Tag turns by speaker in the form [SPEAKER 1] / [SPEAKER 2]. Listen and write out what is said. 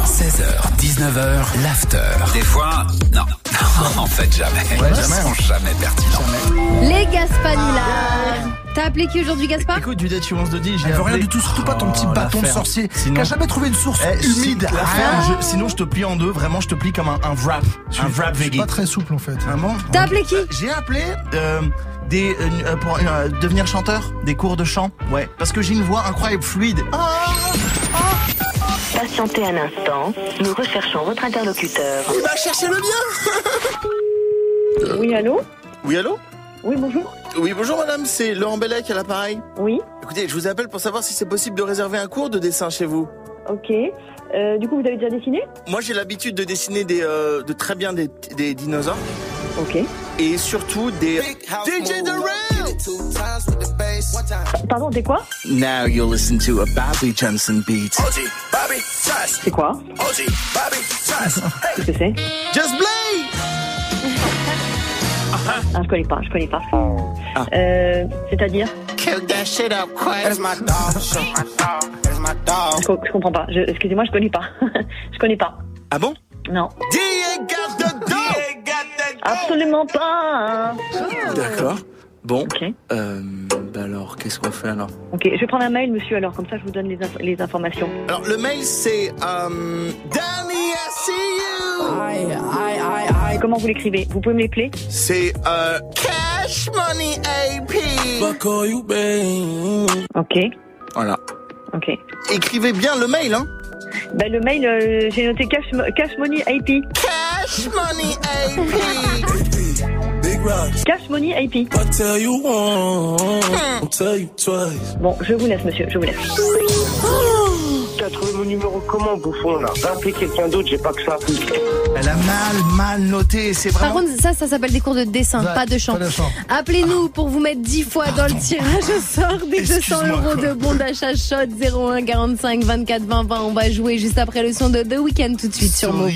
[SPEAKER 1] 18h, 19h, l'after. Des fois, non. en fait, jamais. jamais. Ils sont jamais pertinents.
[SPEAKER 2] Les Gaspanulars T'as appelé qui aujourd'hui, Gaspard
[SPEAKER 3] Écoute, du tu 11 de 10, j'ai
[SPEAKER 4] Elle veut rien
[SPEAKER 3] appelé-
[SPEAKER 4] du tout, surtout pas ton petit
[SPEAKER 3] Oh,
[SPEAKER 4] bâton de
[SPEAKER 3] l'affaire.
[SPEAKER 4] sorcier.
[SPEAKER 3] Sinon-
[SPEAKER 4] T'as jamais trouvé une source
[SPEAKER 3] Eh, si-
[SPEAKER 4] humide.
[SPEAKER 3] la
[SPEAKER 4] Rien.
[SPEAKER 3] ferme, je- sinon je te plie en deux, vraiment je te plie comme un, un wrap, un wrap
[SPEAKER 4] Je suis
[SPEAKER 3] veggie.
[SPEAKER 4] pas très souple en fait.
[SPEAKER 3] Vraiment
[SPEAKER 2] T'as appelé qui
[SPEAKER 3] Euh, J'ai appelé euh, des euh, euh, pour euh, devenir chanteur, des cours de chant. Ouais, parce que j'ai une voix incroyable, fluide.
[SPEAKER 5] Ah.
[SPEAKER 6] Patientez un instant, nous recherchons votre interlocuteur.
[SPEAKER 3] Il va chercher le bien.
[SPEAKER 7] Euh, Oui, allô
[SPEAKER 5] Oui, allô
[SPEAKER 7] Oui, bonjour.
[SPEAKER 5] Oui, bonjour madame, c'est Laurent Bellec à l'appareil.
[SPEAKER 7] Oui,
[SPEAKER 5] Écoutez, je vous appelle pour savoir si c'est possible de réserver un cours de dessin chez vous.
[SPEAKER 7] ok. Euh, du coup, vous avez déjà dessiné
[SPEAKER 5] Moi, j'ai l'habitude de dessiner des, euh, de très bien des, des dinosaures
[SPEAKER 7] Ok.
[SPEAKER 5] et surtout des DJ The
[SPEAKER 7] Pardon, c'est quoi
[SPEAKER 5] Now you listen to a Bobby Johnson beat.
[SPEAKER 7] C'est quoi Qu'est-ce que c'est
[SPEAKER 5] Just Blade.
[SPEAKER 7] Ah, je connais pas, je connais pas.
[SPEAKER 5] Ah.
[SPEAKER 7] Euh, c'est-à-dire
[SPEAKER 5] Kill that shit up quick.
[SPEAKER 7] je, co- je comprends pas. Je- excusez-moi, je connais pas. je connais pas.
[SPEAKER 5] Ah bon?
[SPEAKER 7] Non.
[SPEAKER 5] DA got the dough.
[SPEAKER 7] Absolument pas
[SPEAKER 5] D'accord. Bon.
[SPEAKER 7] Ok.
[SPEAKER 5] Euh, bah alors, qu'est-ce qu'on fait alors?
[SPEAKER 7] Ok, je vais prendre un mail, monsieur, alors, comme ça, je vous donne les, inf- les informations.
[SPEAKER 5] Alors, le mail c'est euh, Danny, I see you.
[SPEAKER 7] Et comment vous l'écrivez Vous pouvez me les plaît
[SPEAKER 5] C'est euh, Cash Money AP.
[SPEAKER 7] Ok,
[SPEAKER 5] Voilà.
[SPEAKER 7] ok.
[SPEAKER 5] Écrivez bien le mail, hein.
[SPEAKER 7] Ben, le mail, euh, j'ai noté cash, Mo- cash Money IP.
[SPEAKER 5] Cash Money AP.
[SPEAKER 7] Cash Money IP. Bon, je vous laisse, monsieur, je vous laisse.
[SPEAKER 8] T'as trouvé mon numéro comment, bouffon, là Rappelez quelqu'un d'autre, j'ai pas que ça.
[SPEAKER 3] Elle a mal, mal noté, c'est
[SPEAKER 2] Par
[SPEAKER 3] vraiment...
[SPEAKER 2] contre, ça, ça s'appelle des cours de dessin,
[SPEAKER 4] Ouais,
[SPEAKER 2] pas de chant.
[SPEAKER 4] pas de chant.
[SPEAKER 2] Appelez-nous pour vous mettre 10 fois dans le tirage au sort des 200
[SPEAKER 3] Excuse-moi,
[SPEAKER 2] euros
[SPEAKER 3] quoi.
[SPEAKER 2] de bons d'achat Shot 01 45 24 20 20. On va jouer juste après le son de The Weeknd tout de suite sur Move.